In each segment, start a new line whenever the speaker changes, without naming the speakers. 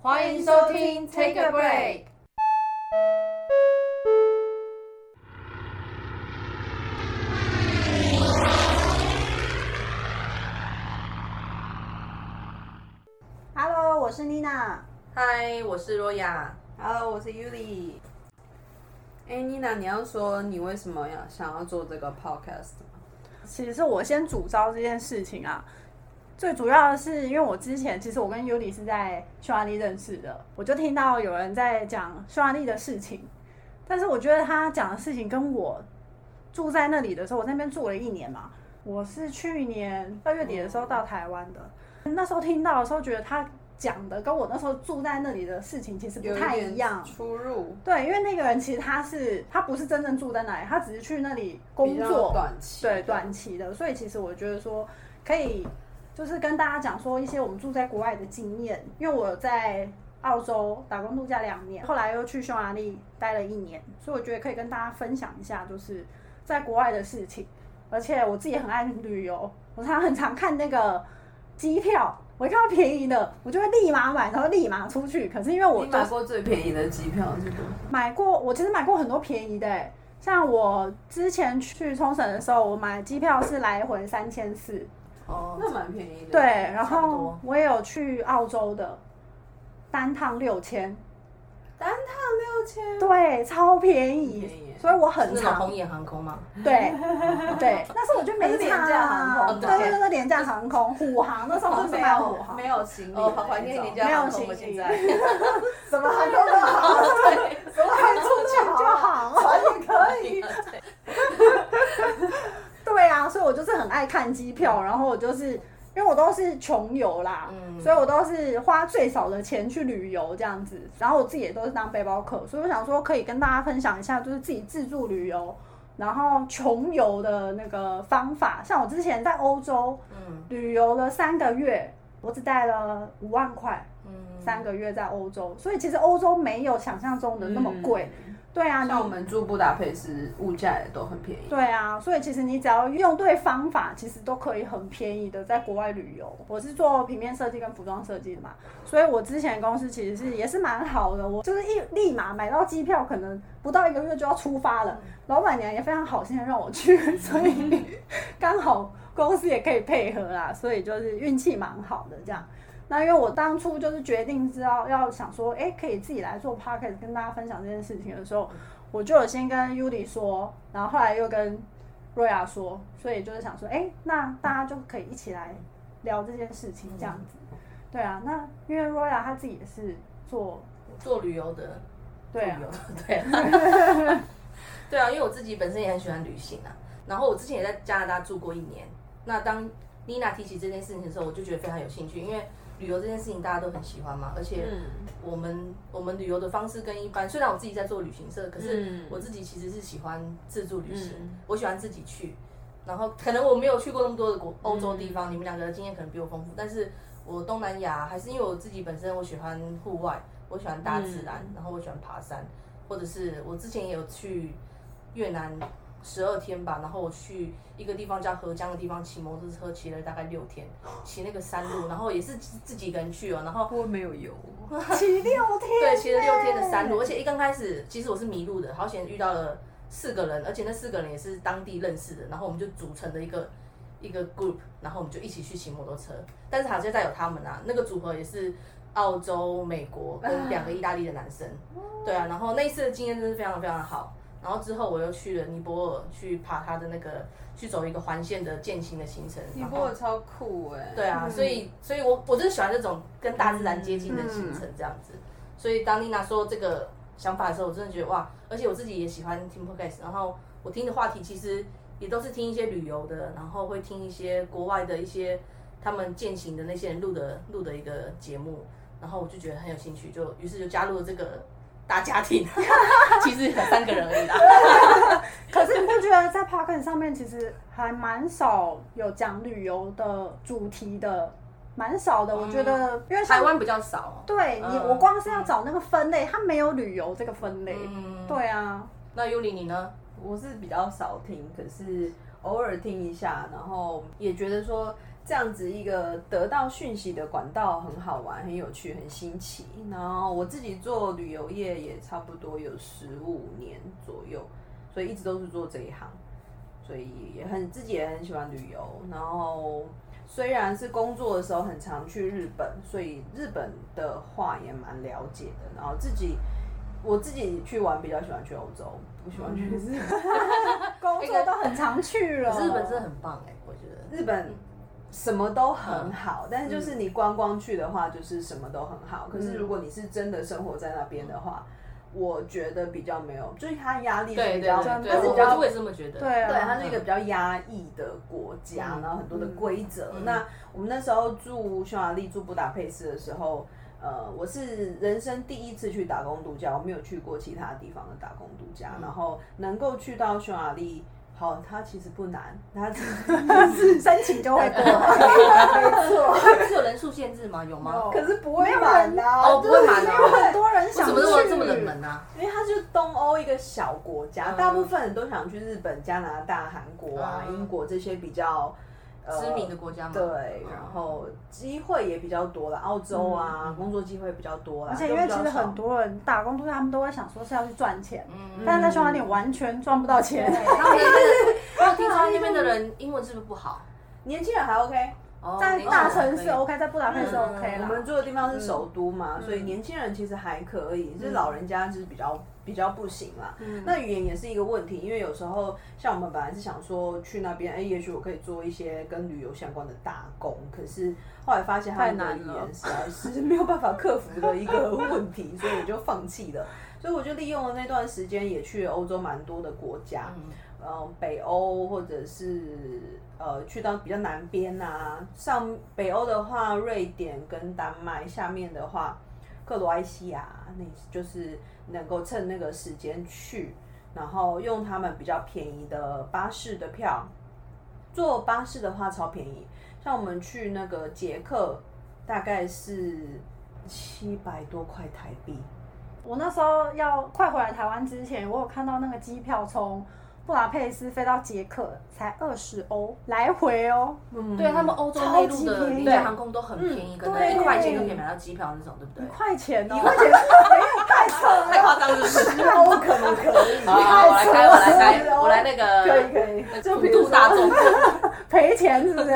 欢迎收听 Take a Break。
Hello，我是 Nina。
嗨，我是若雅。
Hello，我是 Yuli。
哎、妮娜，你要说你为什么要想要做这个 podcast 吗？
其实是我先主招这件事情啊。最主要的是，因为我之前其实我跟 Yuli 是在匈牙利认识的，我就听到有人在讲匈牙利的事情，但是我觉得他讲的事情跟我住在那里的时候，我在那边住了一年嘛，我是去年二月底的时候到台湾的，那时候听到的时候觉得他讲的跟我那时候住在那里的事情其实不太一样，
出入
对，因为那个人其实他是他不是真正住在那里，他只是去那里工
比较
作，
短期，
对短期的，所以其实我觉得说可以就是跟大家讲说一些我们住在国外的经验，因为我在澳洲打工度假两年，后来又去匈牙利待了一年，所以我觉得可以跟大家分享一下就是在国外的事情，而且我自己也很爱旅游，我常常很常看那个机票。我一看到便宜的，我就会立马买，然后立马出去。可是因为我
你
都
买过最便宜的机票是多少？
买过，我其实买过很多便宜的、欸，像我之前去冲绳的时候，我买机票是来回三千四，
哦，那蛮便宜的。
对，然
差不
后
多
我也有去澳洲的，单趟六千，
单趟六千，
对，超便
很便
宜
宜，
所以我很
是那种
常
红眼航空吗？
对对，但是我就没
它是廉
差
价
啊
航空
对
哦
对对，廉价航空，虎航那时候就是
没
买虎
有
航
没，有行李的那
哦
种，
好怀念你家
没有
航空
行
我现
李，
在
什么韩国的好？什么韩出去
就好。
船也可以。
对啊，所以我就是很爱看机票，然后我就是因为我都是穷游啦，
嗯
所以我都是花最少的钱去旅游这样子，然后我自己也都是当背包客，所以我想说可以跟大家分享一下，就是自己自助旅游，然后穷游的那个方法。像我之前在欧洲
嗯
旅游了三个月，我只带了五万块，
嗯，
三个月在欧洲，所以其实欧洲没有想象中的那么贵。
嗯
对啊，
像
你
我们住布达佩斯，物价也都很便宜。
对啊，所以其实你只要用对方法，其实都可以很便宜的在国外旅游。我是做平面设计跟服装设计的嘛，所以我之前公司其实是也是蛮好的，我就是一立马买到机票，可能不到一个月就要出发了。老板娘也非常好心的让我去，所以刚好 公司也可以配合啦，所以就是运气蛮好的这样。那因为我当初就是决定知道要想说，哎、可以自己来做 podcast 跟大家分享这件事情的时候，我就有先跟 Yuli 说，然后后来又跟瑞亚说，所以就是想说，哎、那大家就可以一起来聊这件事情这样子。对啊，那因为瑞亚她自己也是做，
做旅游的，
对啊
做旅，游的， 对啊，对啊，因为我自己本身也很喜欢旅行啊，然后我之前也在加拿大住过一年。那当妮娜提起这件事情的时候，我就觉得非常有兴趣，因为旅游这件事情大家都很喜欢嘛，而且
嗯，
我们我们旅游的方式跟一般，虽然我自己在做旅行社，可
嗯
是我自己其实是喜欢自助旅行，
嗯
我喜欢自己去。然后可能我没有去过那么多的国欧洲地方，你们两个的经验可能比我丰富，但是我东南亚还是因为我自己本身我喜欢户外，我喜欢大自然，然后我喜欢爬山，或者是我之前也有去越南十二天吧，然后我去一个地方叫合江的地方骑摩托车骑了大概六天，骑那个山路，然后也是自自己一个人去哦，然后
不过没有油。
骑六天，
对，骑了六天的山路，而且一刚开始其实我是迷路的，好险遇到了四个人，而且那四个人也是当地认识的，然后我们就组成了一个一个 group，然后我们就一起去骑摩托车。但是好像在有他们啊，那个组合也是澳洲、美国
啊
跟两个意大利的男生，
哦
对啊，然后那一次的经验真是非常非常好。然后之后我又去了尼泊尔，去爬他的那个，去走一个环线的践行的行程。
尼
然后
泊尔超酷哎、
对啊，所以所以我我就是喜欢这种跟大自然接近的行程这样子。所以当丽娜说这个想法的时候，我真的觉得哇！而且我自己也喜欢听 podcast，然后我听的话题其实也都是听一些旅游的，然后会听一些国外的一些他们践行的那些人录的录的一个节目，然后我就觉得很有兴趣，就于是就加入了这个大家庭，其实才三个人而已啦。
可是你不觉得在 p o c k e t 上面其实还蛮少有讲旅游的主题的，蛮少的。我觉得，因为像
嗯台湾比较少、
对你，
嗯
我光是要找那个分类，它没有旅游这个分类。
嗯，
对啊，
那尤里你呢？
我是比较少听，可是偶尔听一下，然后也觉得说这样子一个得到讯息的管道很好玩、很有趣、很新奇。然后我自己做旅游业也差不多有十五年左右，所以一直都是做这一行，所以也很自己也很喜欢旅游。然后虽然是工作的时候很常去日本，所以日本的话也蛮了解的。然后自己我自己去玩比较喜欢去欧洲，不喜欢去日本。
工作都很常去了。
可是日本真的很棒哎、我觉得
日本什么都很
嗯
好，但是就是你观光去的话，就是什么都很好。可是如果你是真的生活在那边的话，我觉得比较没有，就是它压力是
对对
比较，
对
它
对，
是
我
比较
我也这么觉得。
对啊
对，它是一个比较压抑的国家，
嗯
然后很多的规则。
嗯
那我们那时候住匈牙利、住布达佩斯的时候，呃，我是人生第一次去打工度假，我没有去过其他地方的打工度假，
嗯
然后能够去到匈牙利。好，它其实不难，它只
申请就会过了，
没 错，
是有人数限制吗？有吗？
可是不会
没有
满
人
啊，
哦，不会满
有
哦。
很多人
我
想
怎
去。
么这么这么冷门啊？
因为它就是东欧一个小国家，
嗯
大部分人都想去日本、加拿大、韩国啊、
嗯
英国这些比较、呃
知名的国家吗？哦
对，然后机会也比较多了，澳洲啊，
嗯嗯
工作机会比较多啦。
而且因为其实很多人打工度假，他们都会想说是要去赚钱，
嗯，
但是在匈牙利完全赚不到钱。
然后那个我听说那边的人英文是不是不好？
年轻人还 OK，
哦
在大城市 OK，在布达佩斯
嗯
OK
我
啦。嗯
们住的地方是首都嘛，所以年轻人其实还可以，是老人家就是比较比较不行啦。那语言也是一个问题，因为有时候像我们本来是想说去那边，哎、也许我可以做一些跟旅游相关的打工，可是后来发现他们
太
的
难
语
了
言实在是没有办法克服的一个问题，所以我就放弃了。 所以我就利用了那段时间，也去了欧洲蛮多的国家。呃，北欧或者是呃，去到比较南边啊，上北欧的话，瑞典跟丹麦，下面的话，克罗埃西亚，啊那就是能够趁那个时间去，然后用他们比较便宜的巴士的票，坐巴士的话超便宜，像我们去那个捷克，大概是七百多块台币，
我那时候要快回来台湾之前，我有看到那个机票从布达佩斯飞到捷克才二十欧来回哦，
嗯
对他们欧洲内陆
超级
的
便宜
廉价航空都很便宜，可能
对
一块钱就可以买到机票那种，对不
一
对？
块钱哦，
太夸张了，是不是？
欧可能可以，
好，我来开，我来开，我来那
可以
个
可以，就
普
比如
度
说
大众。
赔钱是不是？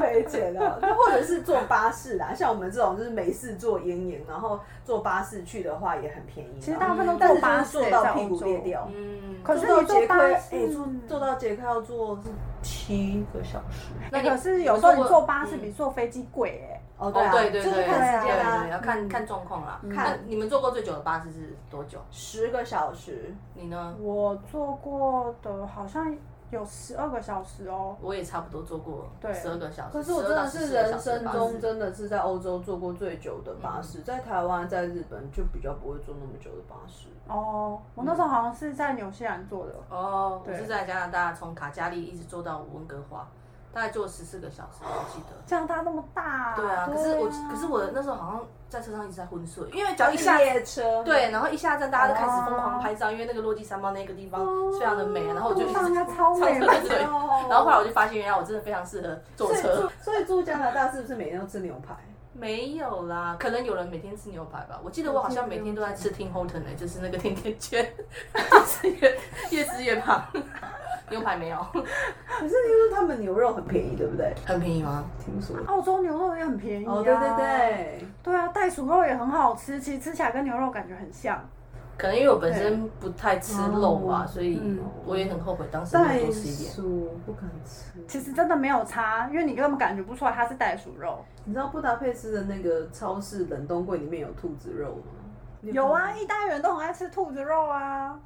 没钱了，或者是坐巴士啦，像我们这种就是没事做烟瘾，然后坐巴士去的话也很便宜啦。
其实大部分都
但
坐
是
巴
就是
士
坐
欸
到
在
屁股
欧洲
裂掉。
嗯，
可是
坐
你
到捷
坐
克，
巴士
哎、坐坐到捷克要坐是七个小时。
那
欸
你
可是有时候你坐巴士
嗯
比坐飞机贵哎，
哦，对
哦
啊，，
对对对，
就是
对
看时间
啊
嗯啦、
对对对要看看状况啦。那
看
你们坐过最久的巴士是多久？
十个小时。
你呢？
我坐过的好像有十二个小时哦。
我也差不多坐过
对
十二个小时，
可是我真的是
12到14个
人
小时
生
巴士嗯
中真的是在欧洲坐过最久的巴士，在台湾、在日本就比较不会坐那么久的巴士。
哦，我那时候好像是在纽西兰坐的，
哦，我
对
是在加拿大从卡加利一直坐到温哥华，大概坐十四个小时，我记得。
加拿大那么大。
对啊，可是我
啊
可是我那时候好像在车上一直在昏睡，因为只要一下
列车，
对，然后一下站大家就开始疯狂拍照，因为那个落地三包那个地方非常的美，然后我就一
路上
啊
应该
直。
超美吧
超对
哦
然后后来我就发现，原来我真的非常适合坐
所以
车
住。所以住加拿大是不是每天都吃牛排？
没有啦，可能有人每天吃牛排吧。我记得我好像每天都在吃 Tim Horton 呢、就是那个甜甜圈，就是越越吃越胖。 牛排没有，
可是听说他们牛肉很便宜，对不对？
很便宜吗？
听说。
澳洲牛肉也很便宜、啊、
哦，对对，对，
对啊，袋鼠肉也很好吃，其实吃起来跟牛肉感觉很像。
可能因为我本身不太吃肉吧，
哦
所以
嗯
我也很后悔当时没有
袋
多吃一点。
鼠不敢吃。
其实真的没有差，因为你根本感觉不出来它是袋鼠肉。
你知道布达佩斯的那个超市冷冻柜里面有兔子肉吗？你
有
看过
啊，
吗，
意大利人都很爱吃兔子肉啊。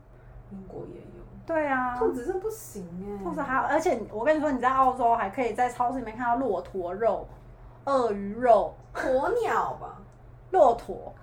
英国也有。
对啊，
兔子真不行哎、
兔子还有，而且我跟你说，你在澳洲还可以在超市里面看到骆驼肉、鳄鱼肉、
鸵鸟吧？
骆驼，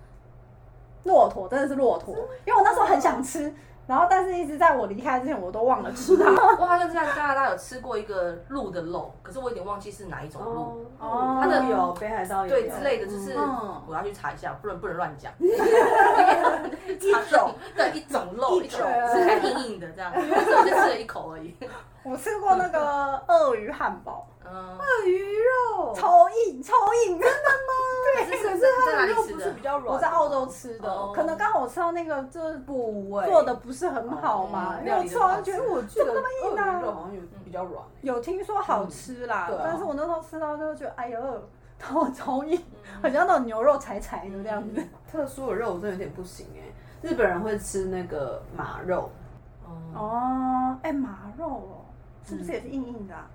骆驼真的是骆驼，因为我那时候很想吃，然后但是一直在我离开之前我都忘了吃它。
我好像是在加拿大有吃过一个鹿的肉，可是我有点忘记是哪一种鹿。
哦，
哦
它的有北海道也有
对之类的，就是、
嗯
我要去查一下，不能不能乱讲。
一种，
对，一种肉，
一
一
种
种吃起来硬硬的这样，但是我就吃了一口而已。
我吃过那个鳄鱼汉堡，
嗯，
鳄鱼肉哦，
超硬超硬，
对，是是在哪里
肉
吃
不是
的
比？较软吗？
我在澳洲吃的，
哦
可能刚好我吃到那个就是
补味
做的不是很好嘛，
哦嗯
因为我吃完觉得我
我记得鳄
硬啊
鱼肉好像有比较软欸，
有听说好吃啦，
嗯对啊
但是我那时候吃到就觉得哎呦，头 超硬， 很像那种牛肉柴柴的那样子。
特殊的肉我真的有点不行哎。日本人会吃那个马肉，
哦，
哦，哎、马肉哦，是不是也是硬硬的、啊？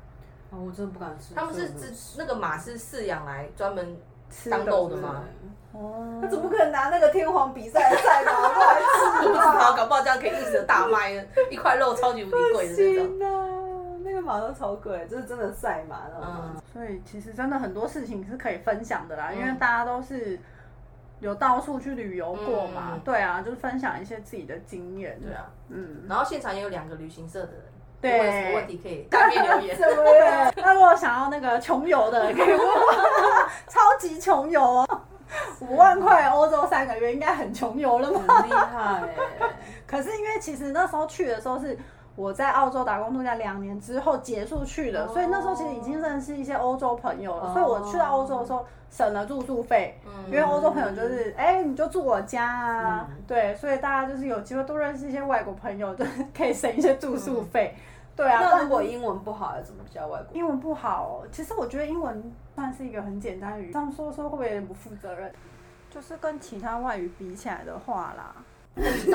哦我真的不敢吃。
他们是
所以我没有
只那个马是饲养来专门
吃
当
的
肉的吗？
哦，
他怎么可能拿那个天皇比赛的赛马肉来
我
吃
不知
吧？
道，搞不好这样可以一直大卖，一块肉超级无敌贵的那种。
行啊， 那个马都超贵，就是真的赛马那种。
嗯，
所以其实真的很多事情是可以分享的啦，
嗯
因为大家都是有到处去旅游过嘛，
嗯
对啊，就是分享一些自己的经验。
对，啊。
嗯，
然后现场也有两个旅行社的人，
对
如果有什么问题可以下面留言。
怎么了？
那如果想要那个穷 游的， 可以问我，超级穷游哦。五万块欧洲三个月应该很穷游了吧？
很厉害欸，
可是因为其实那时候去的时候是我在澳洲打工度假两年之后结束去的，
哦
所以那时候其实已经认识一些欧洲朋友了，
哦
所以我去到欧洲的时候省了住宿费，因为欧洲朋友就是哎、你就住我家啊，
嗯
对，所以大家就是有机会多认识一些外国朋友，就是可以省一些住宿费，对啊。
嗯那
但
如果英文不好，要怎么教外国？
英文不好、哦其实我觉得英文算是一个很简单的语言，这样说说会不会有点不负责任？就是跟其他外语比起来的话 啦，但是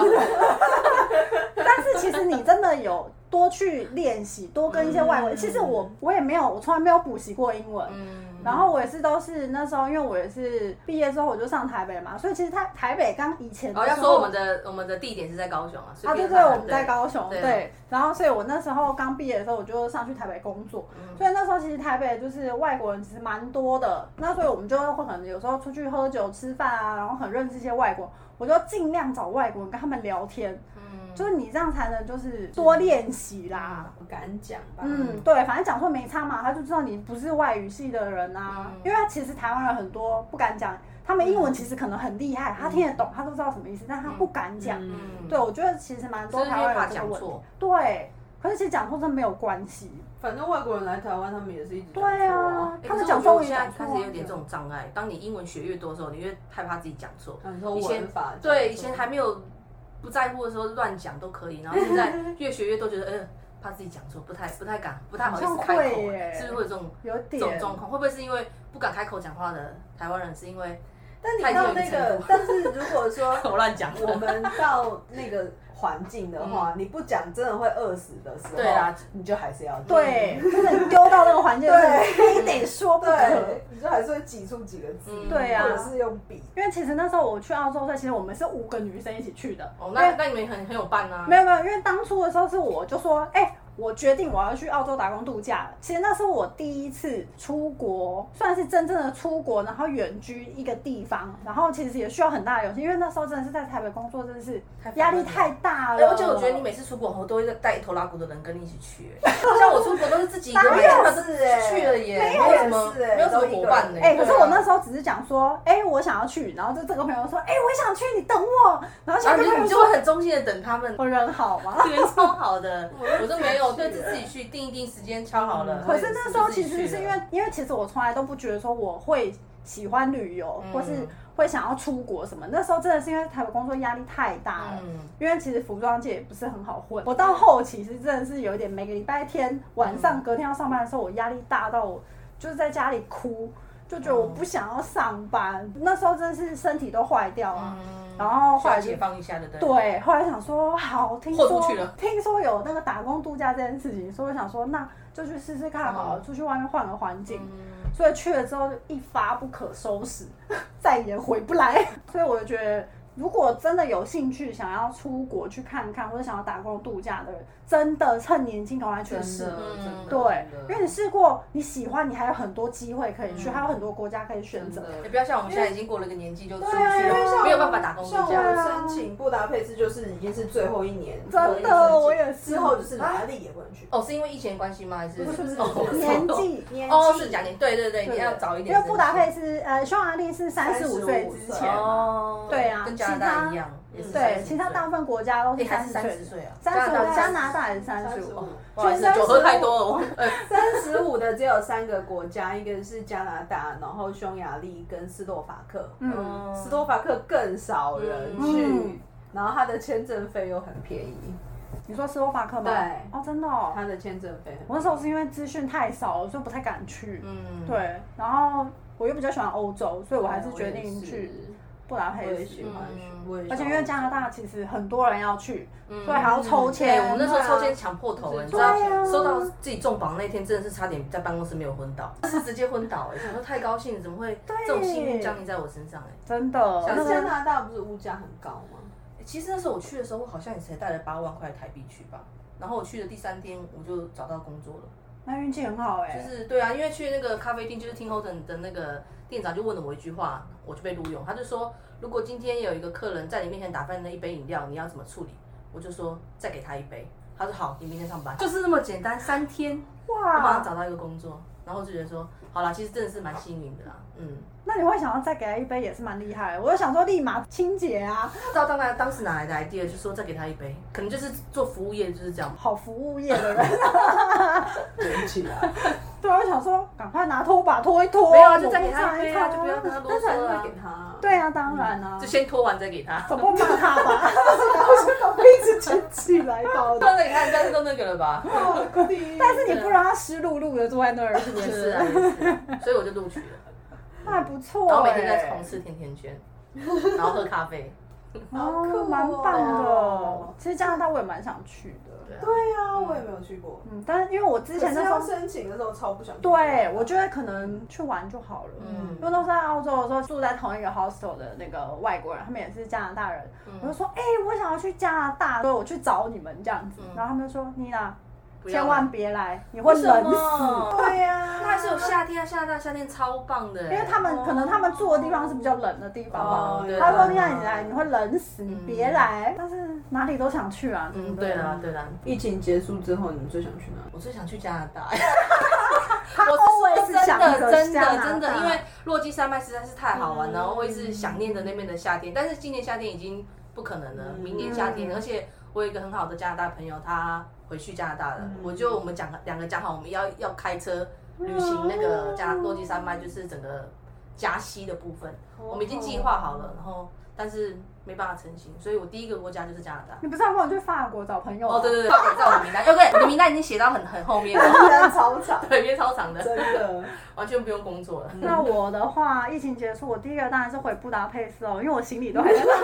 其实你真的有多去练习，多跟一些外国人。
嗯
其实我我也没有，我从来没有补习过英文。
嗯
然后我也是都是那时候，因为我也是毕业之后我就上台北嘛，所以其实他台北刚以前
哦，
的
要
时
说
候，
我们的我们的地点是在高雄啊，
啊对对，
对，
我们在高雄
对
对，然后所以我那时候刚毕业的时候我就上去台北工作，
嗯
所以那时候其实台北就是外国人其实蛮多的，那所以我们就会可能有时候出去喝酒吃饭啊，然后很认识一些外国人，我就尽量找外国人跟他们聊天，
嗯
就是你这样才能就是多练习
啊
啦。
不敢讲吧？
嗯，对，反正讲错没差嘛，他就知道你不是外语系的人啊。
嗯
因为其实台湾人很多不敢讲，他们英文其实可能很厉害，他听得懂，他都知道什么意思，但他不敢讲。
嗯
对，我觉得其实蛮多
就是因
台
为
湾
怕
人有这
讲
个问题。
错，
对，可是其实讲错真的没有关系。
反正外国人来台湾，他们也是一直讲
对
错
啊
啊。
欸
他们
可是
讲
我觉得
中
我
文
现在
讲
开
错
始有
啊。
点这种障碍。当你英文学越多的时候，你越害怕自己讲错。
很多
以前
文法讲错
对，以前还没有不在乎的时候乱讲都可以，然后 现在越学越多，觉得呃怕自己讲错，不太不太敢，不太好意思
好像
开口
会，耶
是不是会有这种
有
这种
点
状况？会不会是因为不敢开口讲话的台湾人，是因为
但你
太
到
久以
那
前
个
了，
但是如果说
我乱讲？
我们到那个环境的 话，你不讲真的会饿死的时候，
对啊，
你就还是要讲，
对，真的你丢到那个环境，
对
非得说不可
对。，你就还是会挤出几个字
嗯，
对啊
或者是用笔。
因为其实那时候我去澳洲的时候，其实我们是五个女生一起去的。
哦，
因
那
为
那你们很很有伴啊。
没有没有，因为当初的时候是我就说，哎、我决定我要去澳洲打工度假了。其实那是我第一次出国，算是真正的出国，然后远居一个地方，然后其实也需要很大的勇气，因为那时候真的是在台北工作，真的是
太烦
压力
了
太大
哎
了。
而且我觉得你每次出国后都会带一头拉骨的人跟你一起 去，哎像我出国都是自己一个人，
哪有
都
是哎
去了耶，
没
没
有
什么
是哎
没有什么
都一个
伙伴呢。
哎、可是我
对
那
啊
时候只是讲说，哎、我想要去，然后就这个朋友说，哎、我也想去，你等我，然后下
然
一
后
个朋
就
友说，
啊你就会很忠心的等他们，
我人好吗？
人超 好的，我都没有，
我都
对，
自己去
就自己去定一定时间敲好了。
嗯可是那时候其实是因
我也
为，因为其实我从来都不觉得说我会喜欢旅游，
嗯
或是会想要出国什么。那时候真的是因为台北工作压力太大了。
嗯
因为其实服装界也不是很好混，我到后期是真的是有一点，每个礼拜天晚
嗯
上隔天要上班的时候，我压力大到我就是在家里哭，就觉得
嗯
我不想要上班。那时候真的是身体都坏掉啊，
嗯
然后
需
后
要
来就
解放一下的，对不对。
对，后来想说好，听
豁
说
出去了
听说有那个打工度假这件事情，所以我想说那就去试试看好了，
嗯
出去外面换个环境。
嗯
所以去了之后就一发不可收拾， 再也回不来。 所以我就觉得，如果真的有兴趣想要出国去看看，或者想要打工度假的人，真的趁年轻赶快去试。
嗯
真的
对，
真的
因为你试过，你喜欢，你还有很多机会可以去，
嗯
还有很多国家可以选
真
择
的。
也不要像我们现在已经过了一个年纪就出去
对啊因为像
了，
我
没有办法打工度
像
假。
我申请布达佩斯，就是已经是最后一年，
真
所以申
的，
请
我也是
之后就是哪里也不能去。
哦，是因为疫情的关系吗？还是
不是不是
哦
年纪年纪
哦，是讲年，对对对，
对
你要早一
因
点
为
申请。
布达佩斯，呃，匈牙利是三十五岁之
35
前，
岁
哦，
对啊
跟加拿
其
大
他
一样，也是
对，
30
其他
岁
大部分国家都
一
是
开
三
始
十
三
岁
十，岁啊，
三十
加拿
五，
大
加拿大也是三
三
十哦
十
五哦
五。，
不好意思，
35
酒喝太多了，我呃
三十五的只有三个国家，一个是加拿大，然后匈牙利跟斯洛伐克。
嗯，
斯洛伐克更少人去，
嗯
然后它的签证费又很便宜，
你说斯洛伐克吗？
对
哦，真的哦。
它的签证费很
我那时候是因为资讯太少了，所以不太敢去。
嗯，
对，然后我又比较喜欢欧洲，所以我还是决
我也
定
是
去布达
我
佩
也
斯
喜。欢去，
嗯
我也喜欢
而且因为加拿大其实很多人要去，
嗯
所以还要抽
对，啊
签。
我们那时候抽签抢破头欸了，你知道
对啊，
收到自己中榜那天，真的是差点在办公室没有昏倒，是直接昏倒哎，想说太高兴了，怎么会这种幸运降临在我身上哎？
真的，
可
那
哦是加
个
拿大不是物价很高吗？
其实那时候我去的时候，我好像也才带了八万块台币去吧。然后我去的第三天，我就找到工作了。
那运气很好哎、
就是对啊，因为去那个咖啡厅，就是听 Holden 的那个店长就问了我一句话，我就被录用。他就说，如果今天有一个客人在你面前打翻了一杯饮料，你要怎么处理？我就说再给他一杯。他说好，你明天上班，就是那么简单，三天我马上
哇，
找到一个工作。然后就觉得说，好啦，其实真的是蛮幸运的啦，嗯。
那你会想要再给他一杯也是蛮厉害的。我就想说立马清洁啊，
不知道当然当时哪来的 idea，就说再给他一杯，可能就是做服务业就是这样。
好服务业的人。
捡起来，
对，啊我想说赶快拿拖把拖一拖，
没有啊，就
抹
再
布
给他一
擦
杯
擦
啊，就不要跟他啰
但是还
嗦
是会
啊
给，他。
对啊，当然啊
就，先拖完再 给他。
总不能骂他 吧？
我一直
捡起来包的。
拖完再给他，你下次都那个了吧？
啊
但是你不让他湿漉漉的坐在那儿，是不
也
是？
是啊，也是啊所以我就录取了，
那还不错、欸。
然后每天在重吃甜甜圈，然后喝咖啡。
好酷
哦
哦，
蛮棒的
哦。
其实加拿大我也蛮想去的，
对啊，
对呀、我也没有去过。
嗯，但是因为我之
之
前
前那
那时
时
候
候，申请的时候超不想去。
对我觉得可能去玩就好了。
嗯
因为那时候在澳洲的时候，住在同一个 hostel 的那个外国人，他们也是加拿大人，
嗯
我就说，哎、我想要去加拿大，所以我去找你们这样子，
嗯
然后他们就说，妮娜，
不要
千
玩
万别来，你会冷死，
对呀、
它还是有夏天啊，加拿大夏天超棒的
因
欸，
为他们可能他们住的地方是比较冷的地方吧，
哦对
他说：“
对
你让你来，你会冷死，你别来。但是哪里都想去啊，对
嗯，
不
对
对？
啦对啦，
疫情结束之后，你们最想去哪里？
我最想去加拿大。
他
我
always
是说真
想着
的真
加拿
的
大
真的，因为落基山脉实在是太好玩了，我一直想念着那边的夏天，但是今年夏天已经不可能了，
嗯
明年夏天，
嗯
而且我有一个很好的加拿大朋友，他回去加拿大了
嗯，
我就我们讲两个讲好，我们要要开车旅行那个加落基山脉，就是整个加西的部分，我们已经计划好
哦
了，然后但是没办法成行，所以我第一个国家就是加拿大。
你不是要跟我去法国找朋友吗？
哦，对对对，放在我的名单，哦对，你的名单已经写到很很后面了，
突然超长，
对，边超长的，
真的，
完全不用工作了。
那我的话，疫情结束，我第一个当然是回布达佩斯哦，因为我行李都还在那。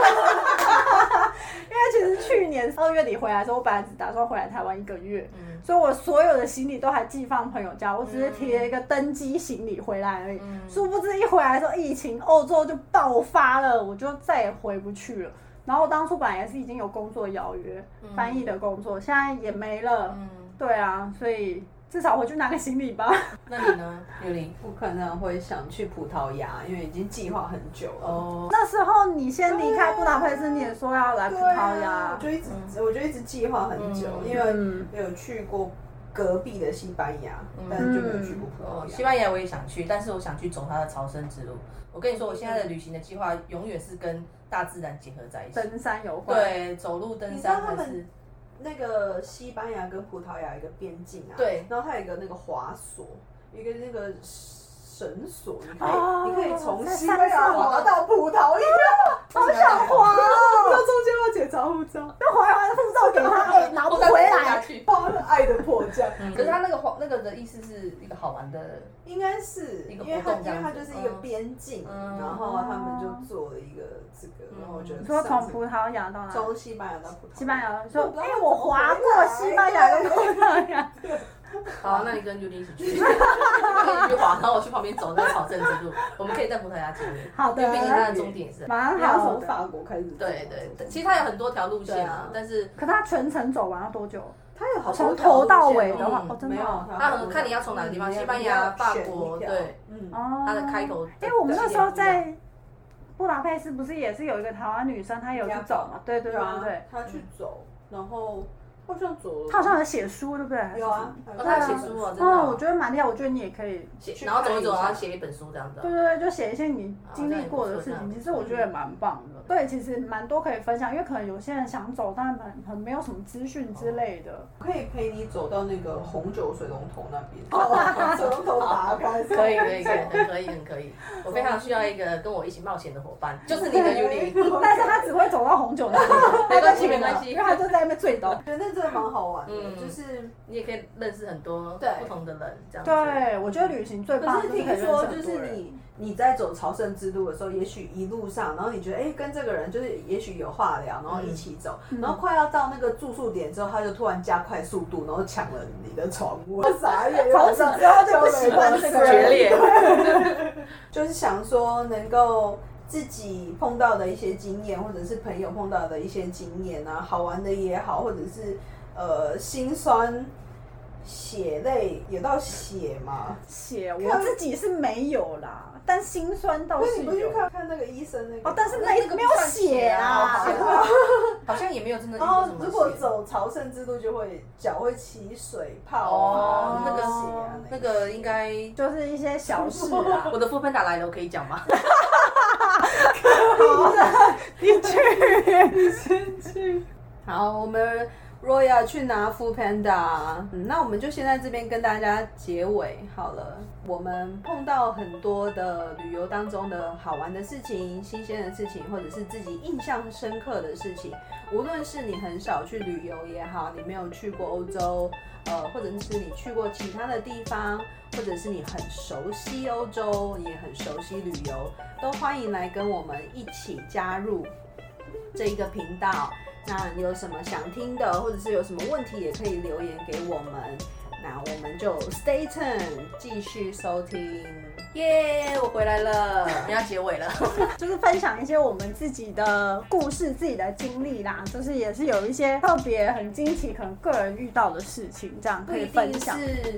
因为其实去年二月底回来的时候，我本来只打算回来台湾一个月，
嗯
所以我所有的行李都还寄放朋友家，我只是提了一个登机行李回来而已。
嗯
殊不知一回来的时候，疫情欧洲就爆发了，我就再也回不去了。然后我当初本来也是已经有工作邀约，翻译的工作，现在也没了。
嗯，
对啊，所以至少回去拿个行李吧。
那你呢，刘玲？
我可能会想去葡萄牙，因为已经计划很久了。
哦，
那时候你先离开布达佩斯，你也说要来葡
对
萄
啊，
牙
我。就一直，我就一直计划很久，
嗯
因为有去过隔壁的西班牙，但是就没有去过葡
嗯哦，
萄
西
牙。
班牙我也想去，但是我想去走它的朝圣之路。我跟你说，我现在的旅行的计划永远是跟大自然结合在一起。
登山有关，
对，走路登
你知道
山
他
或
们
是
那个西班牙跟葡萄牙有一个边境啊，
对
然后它有一个那个滑索，一个那个绳索，你可以、
哦
你可以从
在
西
山
班牙
上
滑到葡萄 牙，
好想
哇哦！
到中间要检查护照，
那回来护照给他，哎、拿不回来。
去。
花了爱的迫降。
嗯可是它那个黄那个的意思是一个好玩的，
应该是，
一
因
个
为它
活动
因
这
为
样
它
子
就是一个
嗯
边境，
嗯
然后他们就做了一个这个，然后我觉得
你说
上
从
次
葡萄牙到哪？
从西班牙到葡萄牙，
西班牙说
我不：“知道
哎、
怎么
我划过西班牙跟葡萄牙。”
好啊，那你跟 Judy 一起去，你跟你去滑，然后我去旁边走那个朝圣之路，我们可以在葡萄牙见面，
好的
因为毕竟它的终点也是在。
蛮
你要
好
从
的。
法国开始走，
对对，其实它有很多条路线啊
对啊，
但是
可他全程走完要多久？
它有好多
从头到尾的
条路
话，
嗯
哦，真
没
的
有
哦。，
它很看你要从哪个地方，西班牙、法国，对，，
嗯你要你要选一条，
哦
它的开头。
哎，我们那时候在布达佩斯，不是也是有一个台湾女生，她有去走嘛？对对
对
对
嗯
啊
对对。，
他去走，然后好像走了，
他好像有写书，对不对？
啊有啊，
哦，他写书啊，真的哦、
哦，我觉得蛮厉害，我觉得你也可以，
写，
去
然后走一走，
看一下
然后写一本书这样子
对
啊。
对对，就写一些啊你经历过的事嗯
好像也
情，其
不错
实我觉得也蛮棒的。对，其实蛮多可以分享，因为可能有些人想走，但蛮很没有什么资讯之类的。
我可以陪你走到那个红酒水龙头那边。
手龙头打开，
可以 可以可以，很可以很可以。我非常需要一个跟我一起冒险的伙伴，就是你的 Yuli。
但是他只会走到红酒那里，
没关系没关系
因为他就在那边醉倒。
觉得那真的蛮好玩的，
嗯
就是
你也可以认识很多
对
不同的人，这样子。
对，我觉得旅行最棒
可
就是是可以
听
认识很多
说
人
就是你你在走朝圣之路的时候，也许一路上，然后你觉得哎、诶跟这个人就是也许有话聊，然后一起走，
嗯
然后快要到那个住宿点之后，他就突然加快速度，然后抢了你的床位，
傻 眼，
从此之后就不喜欢这个
决
人
裂。
就是想说能够。自己碰到的一些经验，或者是朋友碰到的一些经验啊，好玩的也好，或者是呃心酸、血泪，有到血嘛？
写，我自己是没有啦，但心酸倒
那
是
你不哦是去
有。
看看那个医生那个？
哦，但是
那
没
那个
没有写啊
不算，写啊好像也没有真的遇
然
过
后
什么
哦如果
血
走朝圣之路，就会脚会起水泡
哦
啊，
那个
血啊
那个应该
就是一些小事啊。
我的副喷打来了，我可以讲吗？
好，我们 Roya 去拿 Food Panda，、嗯、那我们就先在这边跟大家结尾好了。我们碰到很多的旅游当中的好玩的事情、新鲜的事情，或者是自己印象深刻的事情，无论是你很少去旅游也好，你没有去过欧洲，呃，或者是你去过其他的地方，或者是你很熟悉欧洲，也很熟悉旅游，都欢迎来跟我们一起加入这一个频道。那你有什么想听的，或者是有什么问题，也可以留言给我们。那我们就 stay tuned，继续收听。
耶、我回来了，我
呃
们要结尾了。
就是分享一些我们自己的故事、自己的经历啦，就是也是有一些特别很惊奇，可能个人遇到的事情，这样
不
可以
一
分
定
享。
是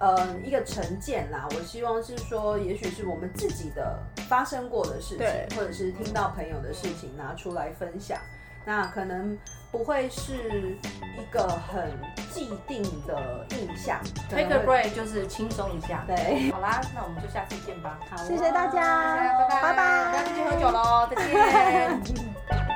呃一个成见啦，我希望是说，也许是我们自己的发生过的事
对
情，或者是听到朋友的事情拿出来分享。那可能不会是一个很既定的印象。可能
Take a
会
break 就是轻松一下。
对，
好啦，那我们就下次见吧。
好哦，
谢谢大家，
大家拜拜，
拜拜
大家出去喝酒喽，再见。